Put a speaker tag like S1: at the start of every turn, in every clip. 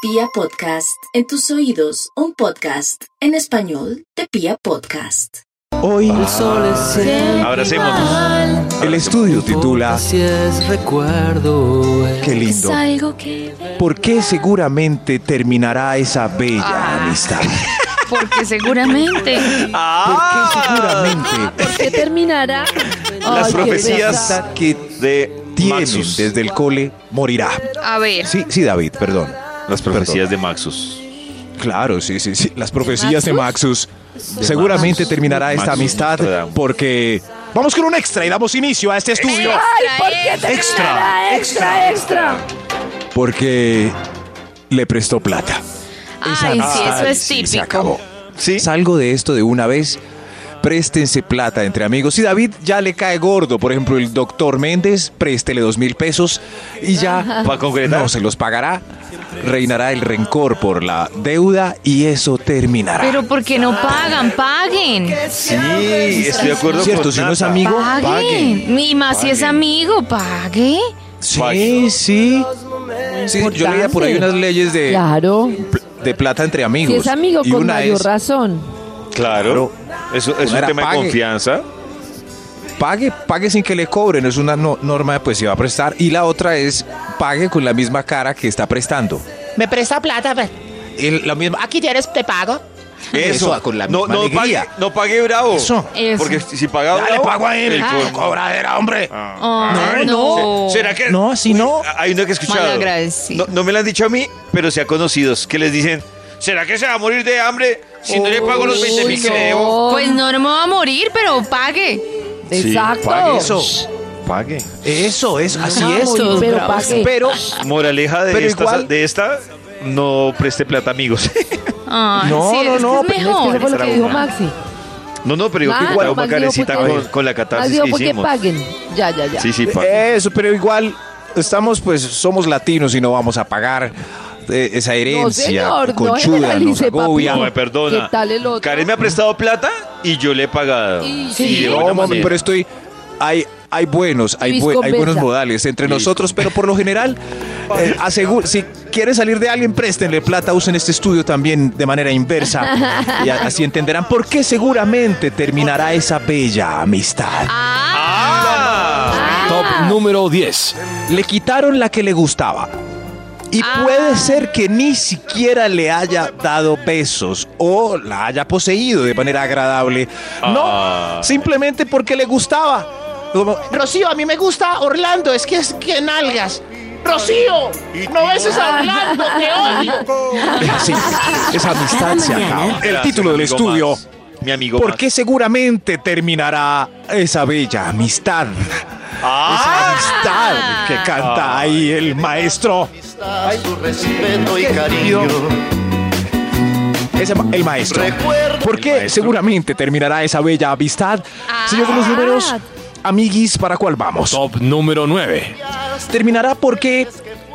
S1: Pia Podcast, en tus oídos, un podcast en español de Pia Podcast.
S2: Hoy
S3: El sol es el
S4: Abracemos.
S3: final,
S2: el estudio titula
S3: Si es recuerdo. eh.
S2: Qué lindo.
S1: algo que...
S2: ¿Por qué seguramente terminará esa bella amistad?
S5: Porque seguramente.
S2: ¿Por qué seguramente
S6: ¿Por qué terminará?
S4: Las
S6: Ay, qué
S4: profecías
S6: pesar.
S2: que
S4: de
S2: tienen
S4: Maxus.
S2: desde el cole morirá?
S5: A ver.
S2: Sí, sí, David, perdón.
S4: Las profecías de Maxus.
S2: Claro, sí, sí, sí. Las profecías de Maxus. Seguramente terminará esta
S4: Maxus
S2: amistad
S4: Nostradamus.
S2: porque... Vamos con un extra y damos inicio a este estudio.
S6: Ay, ¿por qué terminará?
S2: Extra,
S6: Extra, extra.
S2: Porque le prestó plata. Esa
S5: Ay, sí,
S2: amistad,
S5: eso es
S2: sí,
S5: típico.
S2: Se acabó.
S4: Sí.
S2: Salgo de esto de una vez. Préstense plata entre amigos. Si David ya le cae gordo, por ejemplo, el doctor Méndez, préstele dos mil pesos y ya
S4: Pa' concretar.
S2: no se los pagará. Reinará el rencor por la deuda y eso terminará.
S5: Pero porque no pagan, paguen.
S4: Sí, estoy de acuerdo
S2: Cierto,
S4: con
S2: si uno es
S4: Nata.
S2: amigo,
S5: Paguen. Y más si es amigo, pague.
S2: sí,
S4: Pague.
S2: sí. Sí, yo leía por ahí unas leyes de,
S6: Claro.
S2: de plata entre amigos.
S6: Si es amigo,
S2: y
S6: con
S2: una
S6: mayor
S2: es,
S6: razón.
S4: Claro. Eso es
S2: Una
S4: un
S2: era
S4: tema de
S2: pague.
S4: confianza.
S2: pague, pague sin que le cobren, es una no- norma pues se va a prestar. Y la otra es pague con la misma cara que está prestando.
S7: Me presta plata, pues. Ah,
S2: El- la misma,
S7: Aquí tienes, te pago.
S2: con la
S4: no,
S2: misma
S4: no
S2: alegría.
S4: pague, no pague bravo.
S2: Eso.
S5: Eso.
S4: Porque si paga bravo.
S5: Ay.
S2: co- cobradera, hombre.
S5: Ah,
S4: Ay,
S5: no.
S4: ¿se- ¿Será que.?
S2: No, si no.
S4: Hay uno que he escuchado.
S5: Malagradecido.
S4: No, no me lo han dicho a mí, pero sí a conocidos que les dicen: ¿Será que se va a morir de hambre si no le pago los 20 mil que le debo?
S5: Pues no, no me va a morir, pero pague.
S6: Exacto.
S2: pague eso.
S4: Pague.
S2: Eso es, así
S6: Ah,
S2: es.
S6: muy bien, pero pague.
S2: Pero
S4: Moraleja de,
S2: Pero
S4: esta,
S2: igual-
S4: de esta: no preste plata, amigos.
S5: Ay,
S2: No,
S5: sí,
S2: no,
S5: es que
S2: no,
S5: Es
S2: pero
S6: Es que eso
S5: mejor.
S6: fue lo
S4: Extra
S6: que dijo
S4: una.
S6: Maxi.
S4: No, no, pero yo
S6: Max,
S4: que trauma
S6: Max dijo
S4: carecita
S6: porque-
S4: con, con la
S6: Max
S4: catarsis
S6: dijo
S4: que
S6: porque
S4: hicimos.
S6: paguen. Ya, ya, Eh, ya.
S4: Sí, sí, pague.
S2: eso, pero igual estamos pues somos latinos y no vamos a pagar eh, esa herencia
S6: señor, no
S2: conchuda nos
S6: generalice, papi.
S2: agobia.
S4: No, me perdona.
S6: ¿Qué tal el otro?
S4: Karen me ha prestado plata y yo le he pagado.
S6: Y-
S4: Y de
S6: Sí,
S2: No,
S4: buena
S2: mami,
S4: manera.
S2: pero estoy. Hay, hay buenos, hay,
S6: Luis
S2: buen- hay buenos
S6: Conversa.
S2: modales entre
S4: Luis
S2: nosotros, pero por lo general, eh, asegu- si quieren salir de alguien, préstenle plata, usen este estudio también de manera inversa. y a- así entenderán por qué seguramente terminará esa bella amistad.
S4: ¡Ah!
S2: Top número 10. Le quitaron la que le gustaba. Y puede ser que ni siquiera le haya dado besos o la haya poseído de manera agradable.
S4: Ah.
S2: No, simplemente porque le gustaba. Como,
S7: Rocío, a mí me gusta Orlando, es que es que nalgas. Rocío, no beses a Orlando, te odio.
S2: sí, esa amistad se acaba. El
S4: Gracias,
S2: título del
S4: amigo
S2: estudio.
S4: Max. Mi amigo Max.
S2: Porque seguramente terminará esa bella amistad. Esa amistad que canta ahí el maestro.
S8: su respeto y
S2: Qué
S8: cariño.
S2: Ese ma- el maestro.
S8: Recuerdo.
S2: Porque seguramente terminará esa bella amistad. Señor de los números, amiguis, ¿para cuál vamos? Top número 9. Terminará porque,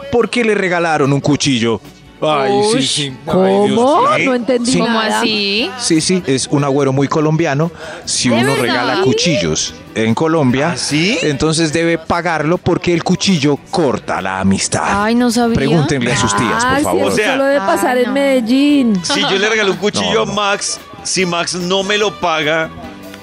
S2: porque le regalaron un cuchillo. Ay, sí, sí. Ay, Dios
S6: ¿Cómo?
S2: mío.
S6: No entendí
S2: Sí.
S5: ¿Cómo
S6: nada.
S5: así?
S2: Sí, sí, es un agüero muy colombiano. Si
S5: ¿De
S2: uno
S5: verdad?
S2: regala cuchillos en Colombia,
S4: ¿Ah, sí?
S2: entonces debe pagarlo porque el cuchillo corta la amistad.
S5: Ay, no sabía.
S2: Pregúntenle a sus tías,
S6: Ah,
S2: por
S6: sí,
S2: favor.
S4: O
S6: eso
S4: sea-
S6: solo debe pasar
S5: Ah,
S6: en
S5: no.
S6: Medellín.
S4: Si yo le regalo un
S2: No,
S4: cuchillo
S2: no.
S4: a Max, si Max no me lo paga,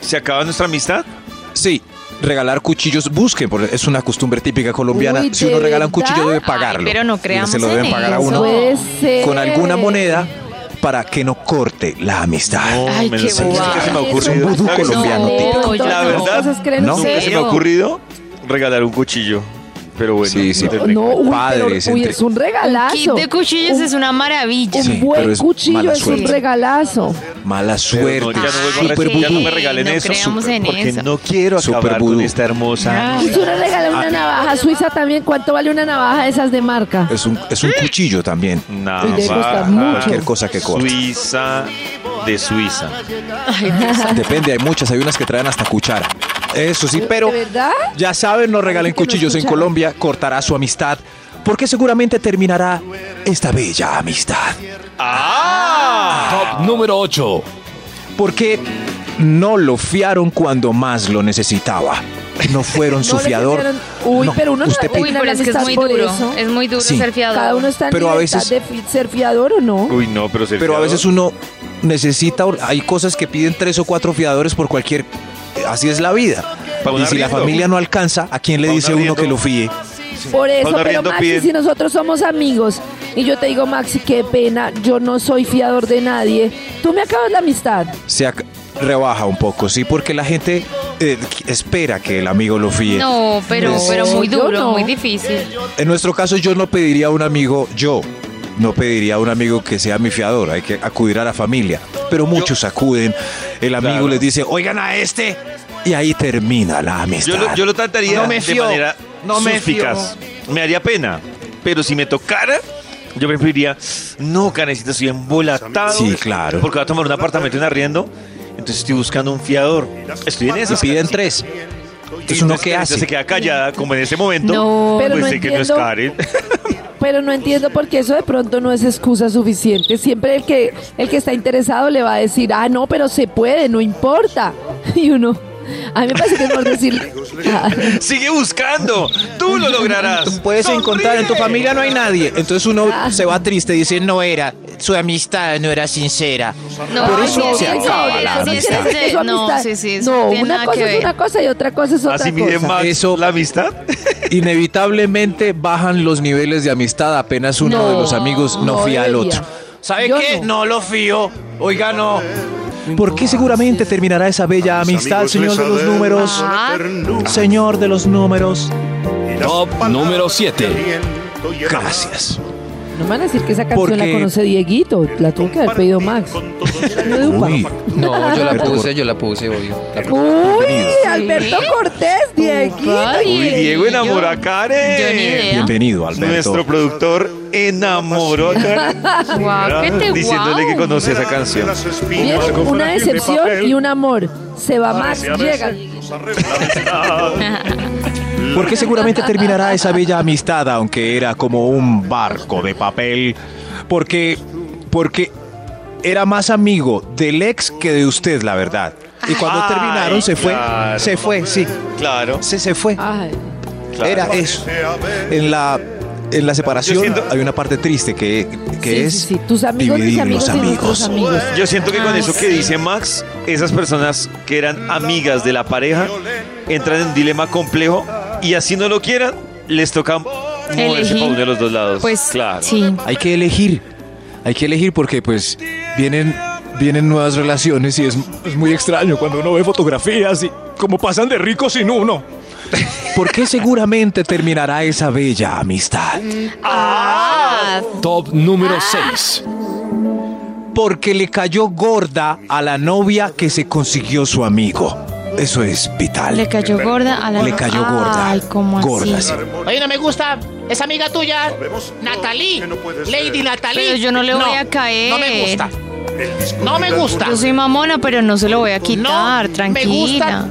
S4: ¿se acaba nuestra amistad?
S2: Sí, regalar cuchillos, busquen, porque es una costumbre típica colombiana.
S6: Uy,
S2: si uno
S6: ¿de
S2: regala un
S6: verdad?
S2: cuchillo debe
S5: Ay,
S2: pagarlo.
S5: pero no
S2: Y
S5: creamos
S2: Se lo
S5: en
S2: deben pagar a
S5: eso.
S2: uno
S6: Puede ser.
S2: con alguna moneda para que no corte la amistad.
S5: Ay,
S4: Me
S5: qué
S4: lo sé, nunca se me ha
S6: bobada.
S4: ocurrido.
S2: Es un vudú
S4: ¿Sabes?
S2: colombiano.
S5: No,
S4: La
S5: yo no.
S4: verdad,
S6: Cosas creen
S2: No.
S4: nunca se me ha
S5: Cero.
S4: ocurrido regalar un cuchillo. Pero bueno,
S2: Sí, sí.
S4: te
S6: No, uy,
S2: Padres,
S6: pero, uy,
S2: entre-
S6: es un regalazo.
S5: Kit de cuchillos
S6: Un-
S5: es una maravilla.
S6: Un
S2: Sí, pero
S6: buen
S2: es mala
S6: cuchillo es un
S2: suerte.
S6: regalazo.
S2: Mala
S4: Pero
S2: suerte.
S4: no, ya, no vuelvo a
S2: super
S4: recibir, ya no
S2: vudú.
S4: me regalen
S5: No
S4: eso.
S5: creamos
S4: super,
S5: en
S4: porque
S5: eso.
S4: no quiero
S2: Super
S4: acabar
S2: vudú.
S4: con esta hermosa.
S6: Y si uno regala
S2: Ah,
S6: una navaja suiza también, ¿cuánto vale una navaja de esas de marca?
S2: Es un, es un cuchillo también.
S4: Nada
S6: Uy, debe costar
S2: Cualquier
S6: mucho.
S2: cosa que corte.
S4: Suiza de Suiza.
S2: Depende, hay muchas, hay unas que traen hasta cuchara. Eso sí, pero
S6: ¿De verdad?
S2: ya saben, no regalen
S6: Así que no
S2: cuchillos en
S6: escucharon.
S2: Colombia, cortará su amistad, porque seguramente terminará esta bella amistad.
S4: ¡Ah!
S9: Número 8.
S2: porque no lo fiaron cuando más lo necesitaba. no fueron su
S6: No les
S2: fiador.
S6: hicieron- Uy,
S2: No,
S6: pero uno no-
S2: usted
S6: uy,
S5: Uy,
S2: pide-
S5: pero es que es
S6: Estás
S5: muy
S6: por
S5: duro.
S6: eso.
S5: Es muy duro
S2: Sí.
S5: ser fiador.
S6: Cada uno está en
S2: Pero a
S6: libertad
S2: veces-
S6: de fi- ser fiador o no.
S4: Uy, no, pero ser
S2: Pero a
S4: fiador.
S2: veces uno necesita, hay cosas que piden tres o cuatro fiadores por cualquier, así es la vida.
S4: Pa' un
S2: Y si la
S4: arriendo.
S2: familia no alcanza, ¿a quién le
S4: Pa' un
S2: dice uno
S4: arriendo.
S2: que lo fíe?
S6: Por eso,
S4: Cuando
S6: pero
S4: arriendo
S6: Maxi,
S4: piden-
S6: si nosotros somos amigos y yo te digo, Maxi, qué pena, yo no soy fiador de nadie, tú me acabas la amistad.
S2: Se ac- rebaja un poco, sí, porque la gente eh, espera que el amigo lo fíe.
S5: No, pero,
S2: Pues,
S5: pero muy
S6: yo
S5: duro,
S6: no.
S5: muy difícil.
S2: En nuestro caso, yo no pediría a un amigo, yo no pediría a un amigo que sea mi fiador, hay que acudir a la familia. Pero muchos acuden, el amigo
S4: Claro.
S2: les dice, oigan a este, y ahí termina la amistad.
S4: Yo lo, yo lo trataría
S2: No me
S4: de
S2: fío,
S4: manera
S2: no me
S4: suspicaz. Me, haría pena. Pero si me tocara, yo preferiría, no, canecita, estoy embolatado.
S2: Sí, claro.
S4: Porque voy a tomar un apartamento en arriendo. Entonces estoy buscando un fiador. Estoy en
S2: Y
S4: esas.
S2: piden tres. Entonces, ¿uno qué
S4: Canecita Se
S2: hace?
S4: queda callada, como en ese momento.
S5: No.
S6: Pero
S4: pues
S6: no
S4: sé que no es
S6: entiendo.
S4: Karen.
S6: Pero no entiendo por qué eso de pronto no es excusa suficiente. Siempre el que, el que está interesado le va a decir, ah, no, pero se puede, no importa. Y uno, a mí me parece que es por decir, "Ah,
S4: Sigue buscando. Tú lo lograrás.
S2: Tú Puedes
S4: Sonríe.
S2: encontrar, en tu familia no hay nadie. Entonces uno se va triste y dice, no era, su amistad no era sincera.
S5: No,
S2: Por
S5: sí,
S2: eso
S5: sí,
S2: se
S5: sí,
S2: acaba
S5: sí,
S2: la
S5: sí,
S6: ¿quieres
S5: sí,
S2: amistad.
S6: que
S5: sí,
S6: su
S5: No,
S6: amistad-"
S5: sí, sí. eso
S6: No,
S5: tiene
S6: una
S5: nada
S6: cosa
S5: que
S6: es
S5: ver.
S6: una cosa y otra cosa es otra
S4: Así mide
S6: cosa.
S4: Max
S2: Eso-
S4: la amistad.
S2: Inevitablemente bajan los niveles de amistad apenas uno
S6: No,
S2: de los amigos no,
S6: no
S2: fía al
S6: debería.
S2: otro. ¿Sabe
S6: Yo
S2: qué?
S6: no.
S2: No. lo fío. Oiga, no. Porque seguramente terminará esa bella amistad, señor de los números.
S5: Ah.
S2: Señor de los números.
S9: Top número 7.
S2: Gracias.
S6: No me van a decir que esa canción
S2: Porque-
S6: la conoce Dieguito, la tuvo que haber pedido Max. No dupa.
S2: Uy,
S3: No, yo la
S2: Alberto
S3: puse, yo la puse, obvio. La puse.
S6: Uy, Alberto Cortés, Dieguito.
S5: Ay,
S4: Uy, Diego enamoró a Karen.
S5: Yo ni idea.
S2: bienvenido, Alberto.
S4: Nuestro productor enamoró a Karen.
S5: Guau, qué te
S4: diciéndole que
S5: guau.
S4: conoce esa canción.
S6: Bien, una decepción y un amor. Se va Max, llega.
S2: Porque seguramente terminará esa bella amistad, aunque era como un barco de papel. Porque, porque era más amigo del ex que de usted, la verdad. Y cuando
S4: Ay,
S2: terminaron se fue,
S4: claro.
S2: se fue, sí,
S4: Claro.
S2: se, se fue.
S6: Ay,
S4: claro.
S2: Era eso. En la, en la separación
S4: Yo siento-
S2: hay una parte triste que, que
S6: sí,
S2: es
S6: sí, sí, tus amigos, mis
S2: dividir
S6: amigos,
S2: los
S6: y nuestros
S2: amigos.
S6: amigos.
S4: Yo siento que con
S5: Ay,
S4: eso que
S5: Ah, sí.
S4: dice Max, esas personas que eran amigas de la pareja entran en un dilema complejo y así no lo quieran, les toca moverse
S5: Elegir.
S4: para uno de los dos lados.
S5: Pues
S4: claro.
S5: sí.
S2: Hay que elegir, hay que elegir porque pues vienen, vienen nuevas relaciones y es, es muy extraño cuando uno ve fotografías y como pasan de rico sin uno. Porque seguramente terminará esa bella amistad.
S5: Ah,
S9: Top número 6.
S2: Porque le cayó gorda a la novia que se consiguió su amigo. Eso es vital.
S5: le cayó gorda a la
S2: Le cayó gorda.
S5: Ay, ¿cómo
S2: gorda,
S5: así?
S2: sí.
S7: Oye, no me gusta esa amiga tuya, Natalie, Lady Natalie.
S5: Pero yo no le voy a caer.
S7: No me gusta. No me gusta.
S5: Yo soy mamona, pero no se lo voy a quitar,
S7: me
S5: tranquila.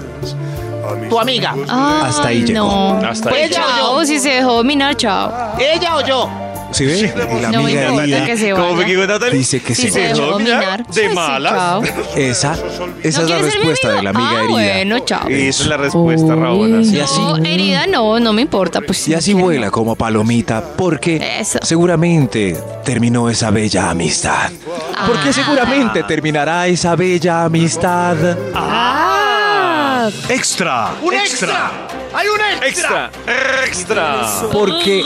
S7: Tu amiga,
S5: Ay,
S2: Hasta ahí llegó.
S5: No.
S4: Hasta
S5: Pues
S7: ahí llegó.
S5: chao, si se dejó dominar, chao.
S7: ella o yo.
S2: ¿Sí ve? Y la
S5: No me
S2: amiga
S5: importa
S2: herida,
S5: que se
S4: ¿Cómo fue que
S5: vaya.
S4: dijo Natalie?
S2: Dice que
S5: Si
S2: se
S5: se
S2: vaya.
S5: dejó
S4: ¿Novia?
S5: dominar,
S4: ¿De
S5: pues sí,
S4: malas?
S5: chao.
S2: Esa, esa
S5: ¿No
S2: es la
S5: quieres ser mi
S2: respuesta
S5: amigo?
S2: de la amiga
S5: ah,
S2: herida.
S5: Bueno, chao.
S4: Esa es la respuesta, Rabona.
S6: Uy.
S2: Y así-
S5: No, herida no, no me importa. Pues,
S2: Y así
S5: no quiero.
S2: vuela como palomita porque
S5: Eso.
S2: seguramente terminó esa bella amistad. Porque
S5: Ah.
S2: seguramente terminará esa bella amistad. Extra.
S7: ¡Un extra! ¡Hay un extra!
S4: Extra, extra.
S2: Porque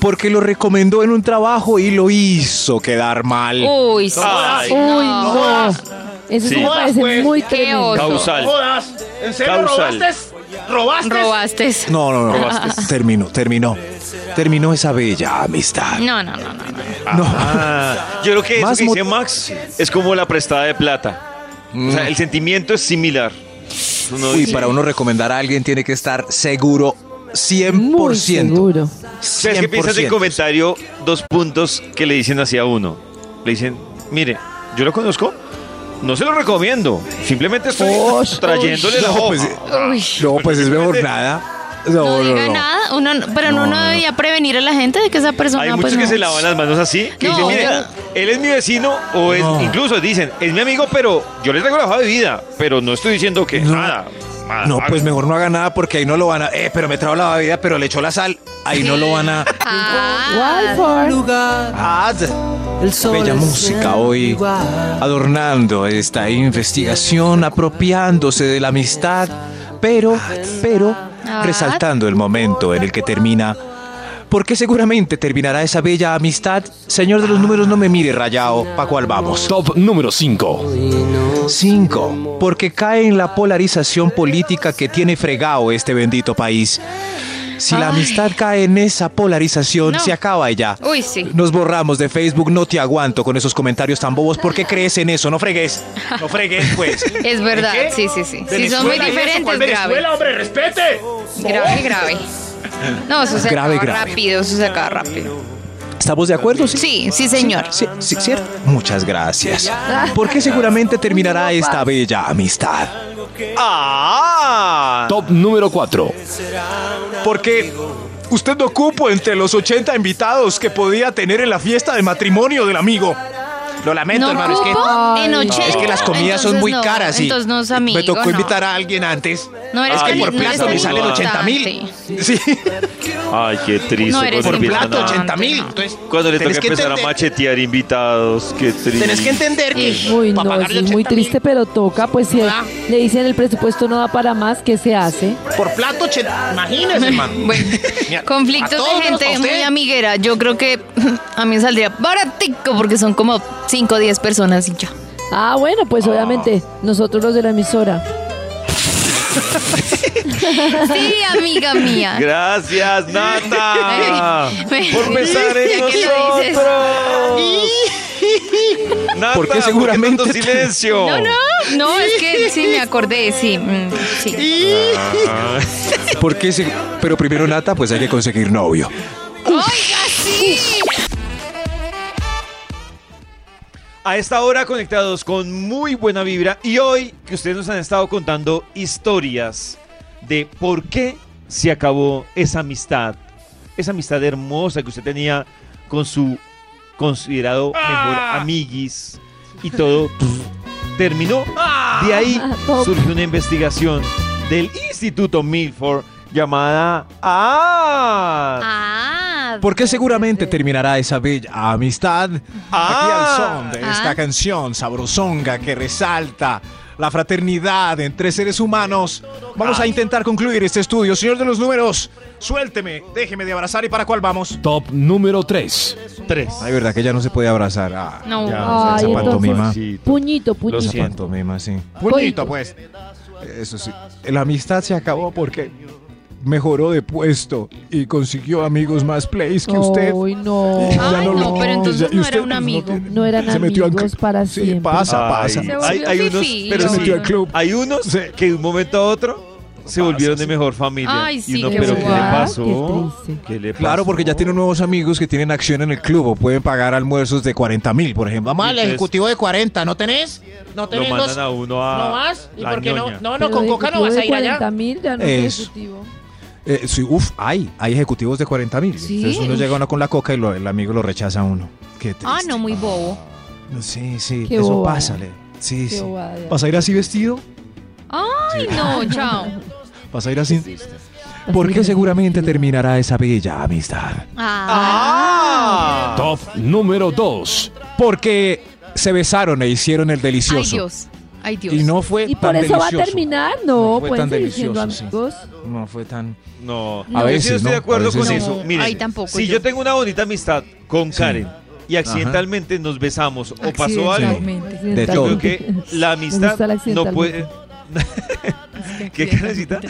S2: porque lo recomendó en un trabajo y lo hizo quedar mal.
S5: Uy, sí.
S4: Ay,
S6: Uy, no. Eso sí
S4: Sí.
S6: me parece
S7: Pues,
S6: muy
S5: qué
S6: tremendo.
S5: oso.
S7: Ah.
S4: Causal.
S7: Jodas. ¿En serio
S4: Causal.
S7: robaste? ¿Robaste?
S5: Robaste.
S2: No, no, no. Terminó, terminó. Terminó esa bella amistad.
S5: No, no, no, no. no.
S4: Ah, yo creo que eso
S2: Más
S4: que dice
S2: mot-
S4: Max es como la prestada de plata. O sea, el sentimiento es similar. Uno
S2: Mm. Uy,
S4: dice,
S2: para uno recomendar a alguien tiene que estar seguro 100%.
S6: Muy seguro.
S4: ¿Sabes qué piensas del
S2: 100%.
S4: comentario? Dos puntos que le dicen hacia uno. Le dicen, mire, yo lo conozco, no se lo recomiendo. Simplemente estoy
S2: Osh.
S4: trayéndole la
S2: Oh, No,
S4: hoja.
S2: pues,
S5: Uy.
S2: No, pues es mejor nada. No,
S5: No,
S2: no,
S5: diga
S2: no.
S5: nada, uno, no- pero
S2: No,
S5: uno
S2: no, no.
S5: debería prevenir a la gente de que esa persona.
S4: Hay
S5: pues,
S4: muchos que
S5: no.
S4: se lavan las manos así, que
S5: No,
S4: dicen, mire, él es mi vecino, o es-
S2: No.
S4: incluso dicen, es mi amigo, pero yo le traigo la hoja de vida, pero no estoy diciendo que nada. Más,
S2: No,
S4: haga-
S2: pues mejor no haga nada porque ahí no lo van a. Eh, pero me trajo la bebida, pero le echó la sal. Ahí no lo van a.
S5: Ah,
S2: Ah, Bella música hoy, adornando esta investigación, apropiándose de la amistad, pero, pero,
S5: Ah.
S2: resaltando el momento en el que termina. Porque seguramente terminará esa bella amistad. Señor de los números, no me mire rayado. ¿Pa' cuál vamos?
S9: Top número 5.
S2: 5. Porque cae en la polarización política que tiene fregado este bendito país. Si la
S5: Ay.
S2: amistad cae en esa polarización,
S5: No.
S2: se acaba ya.
S5: Uy, sí.
S2: Nos borramos de Facebook, no te aguanto con esos comentarios tan bobos. ¿Por qué crees en eso? No fregues. No fregues, pues.
S5: Es verdad, sí, sí, sí. Si son muy
S7: Venezuela, ¿y eso?
S5: diferentes,
S7: ¿Cuál
S5: grave.
S7: Venezuela, hombre, respete.
S5: Grave, grave. No, eso se
S2: Grave,
S5: acaba
S2: grave.
S5: rápido, eso se acaba rápido.
S2: ¿Estamos de acuerdo?
S5: Sí, sí, señor.
S2: Sí, sí, ¿cierto? Muchas gracias. Porque seguramente terminará esta bella amistad.
S4: ¡Ah!
S9: Top número 4.
S2: Porque usted no cupo entre los 80 invitados que podía tener en la fiesta de matrimonio del amigo. Lo lamento,
S5: No
S2: hermano, es que,
S5: cupo en 80.
S2: es que las comidas son
S5: entonces
S2: muy
S5: no,
S2: caras y
S5: Entonces no es amigo,
S2: me tocó
S5: no.
S2: invitar a alguien antes.
S5: No eres
S2: es que
S4: cali-
S2: Ah, por
S4: no eres
S2: plato me
S4: tan
S2: salen 80 mil.
S5: importante.
S2: Sí,
S4: Ay, qué triste.
S5: No eres
S2: por
S4: cuando empiezan
S2: plato
S4: a-
S5: importante.
S2: 80 mil.
S5: no.
S2: Entonces,
S4: Cuando le toca
S2: tenés que
S4: empezar a
S2: entender-
S4: machetear invitados, qué triste.
S7: Tenés que entender que
S6: Uy,
S7: para
S6: no,
S7: pagarle
S6: eso es muy
S7: 80 mil,
S6: triste, pero toca, pues si
S7: Ah.
S6: le dicen el presupuesto no da para más, ¿qué se hace?
S7: por plato 80, imagínese, hermano.
S5: Bueno,
S7: Mira, a
S5: conflictos
S7: todos,
S5: de
S7: a
S5: gente
S7: usted.
S5: muy amiguera. Yo creo que a mí me saldría baratico porque son como 5 o 10 personas y ya.
S6: Ah, bueno, pues obviamente, nosotros los de la emisora.
S5: Sí, amiga mía.
S4: Gracias, Nata. Ah,
S5: Ay,
S4: por pensar en
S5: ya que lo dices.
S4: nosotros. Nata,
S2: Porque
S4: tanto
S2: seguramente-
S4: silencio.
S5: No, no, no, es que sí me acordé, sí. mm, sí.
S2: ¿Por qué se- Pero primero, Nata, pues hay que conseguir novio.
S5: Oiga, sí.
S4: A esta hora conectados con muy buena vibra y hoy que ustedes nos han estado contando historias de por qué se acabó esa amistad, esa amistad hermosa que usted tenía con su considerado
S2: Ah.
S4: mejor amiguis y todo pff, terminó.
S2: Ah.
S4: De ahí surgió una investigación del Instituto Milford llamada ¡Ah!
S5: Ah,
S2: Porque seguramente terminará esa bella amistad
S4: Ah.
S2: aquí al son de
S5: Ah.
S2: esta canción sabrosonga que resalta la fraternidad entre seres humanos. Vamos a intentar concluir este estudio. Señor de los números, suélteme, déjeme de abrazar y para cuál vamos.
S9: Top número 3.
S4: 3.
S2: Ay, verdad que ya no se puede abrazar. Ah,
S5: No.
S2: ya,
S6: Ay,
S2: esa
S6: entonces-
S2: pantomima.
S6: Puñito,
S4: Lo
S2: Esa
S6: puñito.
S4: siento.
S2: pantomima, sí.
S5: Ah,
S6: Puñito,
S2: pues. Eso sí. La amistad se acabó porque mejoró de puesto y consiguió amigos más plays que usted.
S6: Uy, no.
S2: Y ya
S5: Ay,
S2: lo-
S5: no, pero entonces
S2: ya- y
S5: no
S2: usted,
S5: era un
S2: pues,
S5: amigo.
S2: tiene-
S6: No eran
S2: se metió a-
S6: amigos para
S2: sí,
S6: siempre.
S2: pasa, pasa.
S4: Ay,
S5: Se
S4: Hay,
S5: volvió
S4: hay unos,
S5: fifí,
S4: pero
S5: ¿no?
S2: Se
S4: sí,
S2: metió al club.
S4: hay unos
S2: Sí.
S4: que de un momento a otro se volvieron de mejor familia.
S5: Ay, sí,
S4: y uno,
S5: qué
S4: pero ¿qué le
S5: guay,
S4: pasó?
S6: qué triste.
S4: ¿Qué le pasó?
S2: Claro, porque ya tienen nuevos amigos que tienen acción en el club o pueden pagar almuerzos de 40 mil, por ejemplo.
S7: Vamos al
S4: Entonces-
S7: ejecutivo de 40, ¿no tenés? ¿No
S4: Lo
S7: tenés
S4: mandan
S7: dos?
S4: a uno a.
S7: ¿No vas? ¿Y
S4: la
S7: por qué no?
S4: ñoña.
S7: No, no,
S6: Pero
S7: con
S6: de
S7: Coca
S6: ejecutivo
S7: no vas
S6: de
S7: a ir allá.
S6: 40.000 ya no es
S2: Eso.
S6: ejecutivo.
S2: Eh, sí, uf, hay, hay ejecutivos de 40 mil.
S5: Sí.
S2: Entonces uno llega uno con la coca y lo- el amigo lo rechaza a uno. Qué triste.
S5: Ah, no, muy bobo.
S2: Sí, sí,
S6: Qué
S2: eso
S6: bobada.
S2: pásale. Sí,
S6: Qué
S2: sí.
S6: guay.
S2: ¿Vas a ir así vestido?
S5: Ay, no, chao.
S2: ¿Vas a ir así? Porque seguramente terminará esa bella amistad.
S4: ¡Ah!
S9: Top número 2.
S2: Porque se besaron e hicieron el delicioso.
S5: Ay, Dios. Ay, Dios.
S2: Y no fue
S6: Y
S2: tan
S6: por eso va a
S2: delicioso.
S6: terminar,
S2: No
S6: no,
S2: fue
S6: pueden
S2: tan
S6: seguir siendo
S2: delicioso, sí.
S6: amigos.
S2: No fue tan...
S4: No.
S2: A
S4: Yo sí
S2: veces,
S4: estoy
S2: ¿no?
S4: de
S2: A
S4: acuerdo
S2: veces
S4: con
S2: no.
S4: eso. Miren,
S5: Ay, tampoco
S4: si yo.
S5: yo.
S4: tengo una bonita amistad con
S2: Sí.
S4: Karen y accidentalmente nos besamos o pasó algo,
S5: Accidentalmente.
S2: De
S4: yo
S2: todo.
S4: creo que la amistad
S6: gusta el
S4: no puede.
S6: accidentalmente.
S4: ¿Qué Karencita?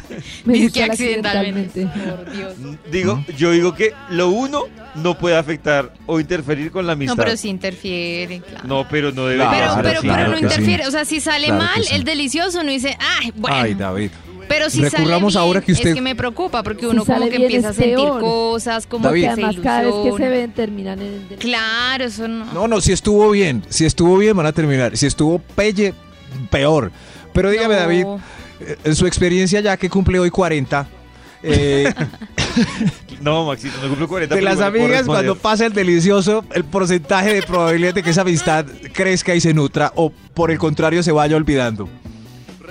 S6: Me
S5: Dice
S6: gusta
S5: que
S6: el
S5: accidentalmente.
S6: accidentalmente.
S5: Por Dios.
S4: Digo, yo digo que lo uno no puede afectar o interferir con la amistad.
S5: No, pero sí interfiere, claro.
S4: No, pero no debe.
S5: Pero,
S2: Claro,
S5: pero,
S2: claro
S5: pero no
S2: que sí.
S5: interfiere. O sea, si sale
S2: Claro que
S5: mal,
S2: sí.
S5: el delicioso no dice, ay, bueno.
S2: Ay, David.
S5: pero si
S2: recurramos
S5: sale bien,
S2: ahora que usted-
S5: es que me preocupa porque uno
S6: Si sale
S5: como que
S6: bien
S5: empieza a
S6: es
S5: sentir
S6: peor.
S5: cosas, como
S2: David.
S5: que
S6: Que
S5: se
S6: además cada vez que se
S5: ilusiona.
S6: ven terminan en el delicioso.
S5: Claro, eso no.
S2: No, no, si estuvo bien, si estuvo bien van a terminar. Si estuvo pelle, peor. Pero dígame,
S5: No.
S2: David, eh, en su experiencia ya que cumple hoy 40, eh,
S4: No, Maxito, no cumplo 40.
S2: de las
S4: pero igual le puedo
S2: amigas cuando
S4: responder.
S2: pasa el delicioso, el porcentaje de probabilidad de que esa amistad crezca y se nutra o por el contrario se vaya olvidando.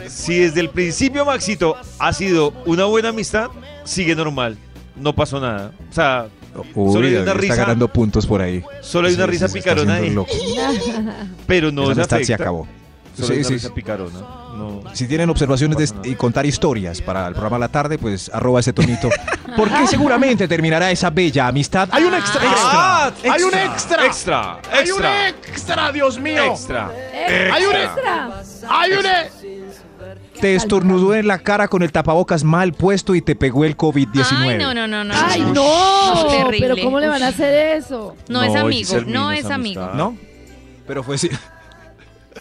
S4: si desde el principio Maxito ha sido una buena amistad, sigue normal. No pasó nada. O sea,
S2: Uy,
S4: solo hay
S2: David
S4: una
S2: está
S4: risa,
S2: ganando puntos por ahí.
S4: solo hay una
S2: Sí,
S4: risa
S2: sí, se está
S4: picarona
S2: haciendo
S4: ahí,
S2: loco.
S4: pero no
S2: Esa
S4: se
S2: amistad
S4: afecta.
S2: se acabó.
S4: Solo
S2: Sí,
S4: hay una
S2: sí,
S4: risa
S2: sí.
S4: picarona. No.
S2: Si tienen observaciones de-
S4: No pasa nada.
S2: y contar historias para el programa La Tarde, pues arroba ese tonito. Porque seguramente terminará esa bella amistad. Hay un extra.
S4: ¡Ah!
S7: Hay un extra.
S4: Extra,
S7: Hay un
S4: extra,
S7: extra, Dios mío.
S4: extra.
S7: Hay un
S6: extra.
S7: Hay un e-
S2: Te estornudó en la cara con el tapabocas mal puesto y te pegó el COVID-19.
S5: Ay, no, no, no, no.
S6: Ay,
S5: no.
S6: no.
S5: terrible.
S6: Pero ¿cómo le van a hacer eso?
S5: No es
S4: No,
S5: amigo,
S4: Giselle,
S5: no
S4: no
S5: es
S4: es
S5: amigo.
S4: amistad.
S2: ¿No? Pero fue sí.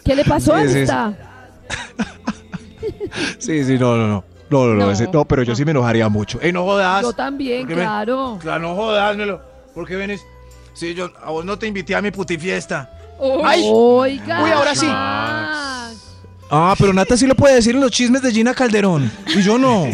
S6: ¿Qué le pasó a
S2: Sí, sí, sí.
S6: esta?
S2: Sí, sí, no, no, no. No, no, no,
S5: No.
S2: ese- no, pero yo sí me enojaría mucho. Ey, no jodas.
S6: Yo
S2: Ah,
S6: también,
S2: ¿Por qué me-
S6: claro.
S2: Claro, no jodas, Melo. ¿Por qué vienes? Sí, yo a vos no te invité a mi putifiesta.
S7: Ay.
S6: Oiga.
S7: Uy, ahora sí.
S6: Max.
S2: Ah, pero Nata sí lo puede decir en los chismes de Gina Calderón. Y yo no.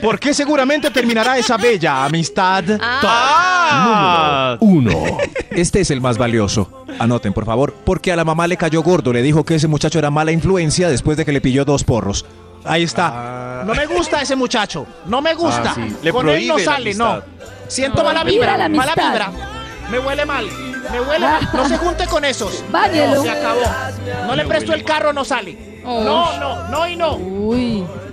S2: Porque seguramente terminará esa bella amistad.
S4: Ah,
S2: Uno. Este es el más valioso. Anoten, por favor. Porque a la mamá le cayó gordo. Le dijo que ese muchacho era mala influencia después de que le pilló dos porros. Ahí está.
S7: Ah. No me gusta ese muchacho. No me gusta.
S4: Ah, sí. Le
S7: Con él no
S4: prohíbe la
S7: sale, no. Siento
S6: No,
S7: mala
S6: Ah, prohíbe
S7: vibra.
S6: la
S7: Mala
S6: amistad. Ah.
S7: vibra. Me huele mal. Me huele mal. No se junte con esos.
S6: Báñelo.
S7: No, se acabó. No le presto el carro, no sale.
S5: Oh.
S7: No, no, no y no.
S6: Uy.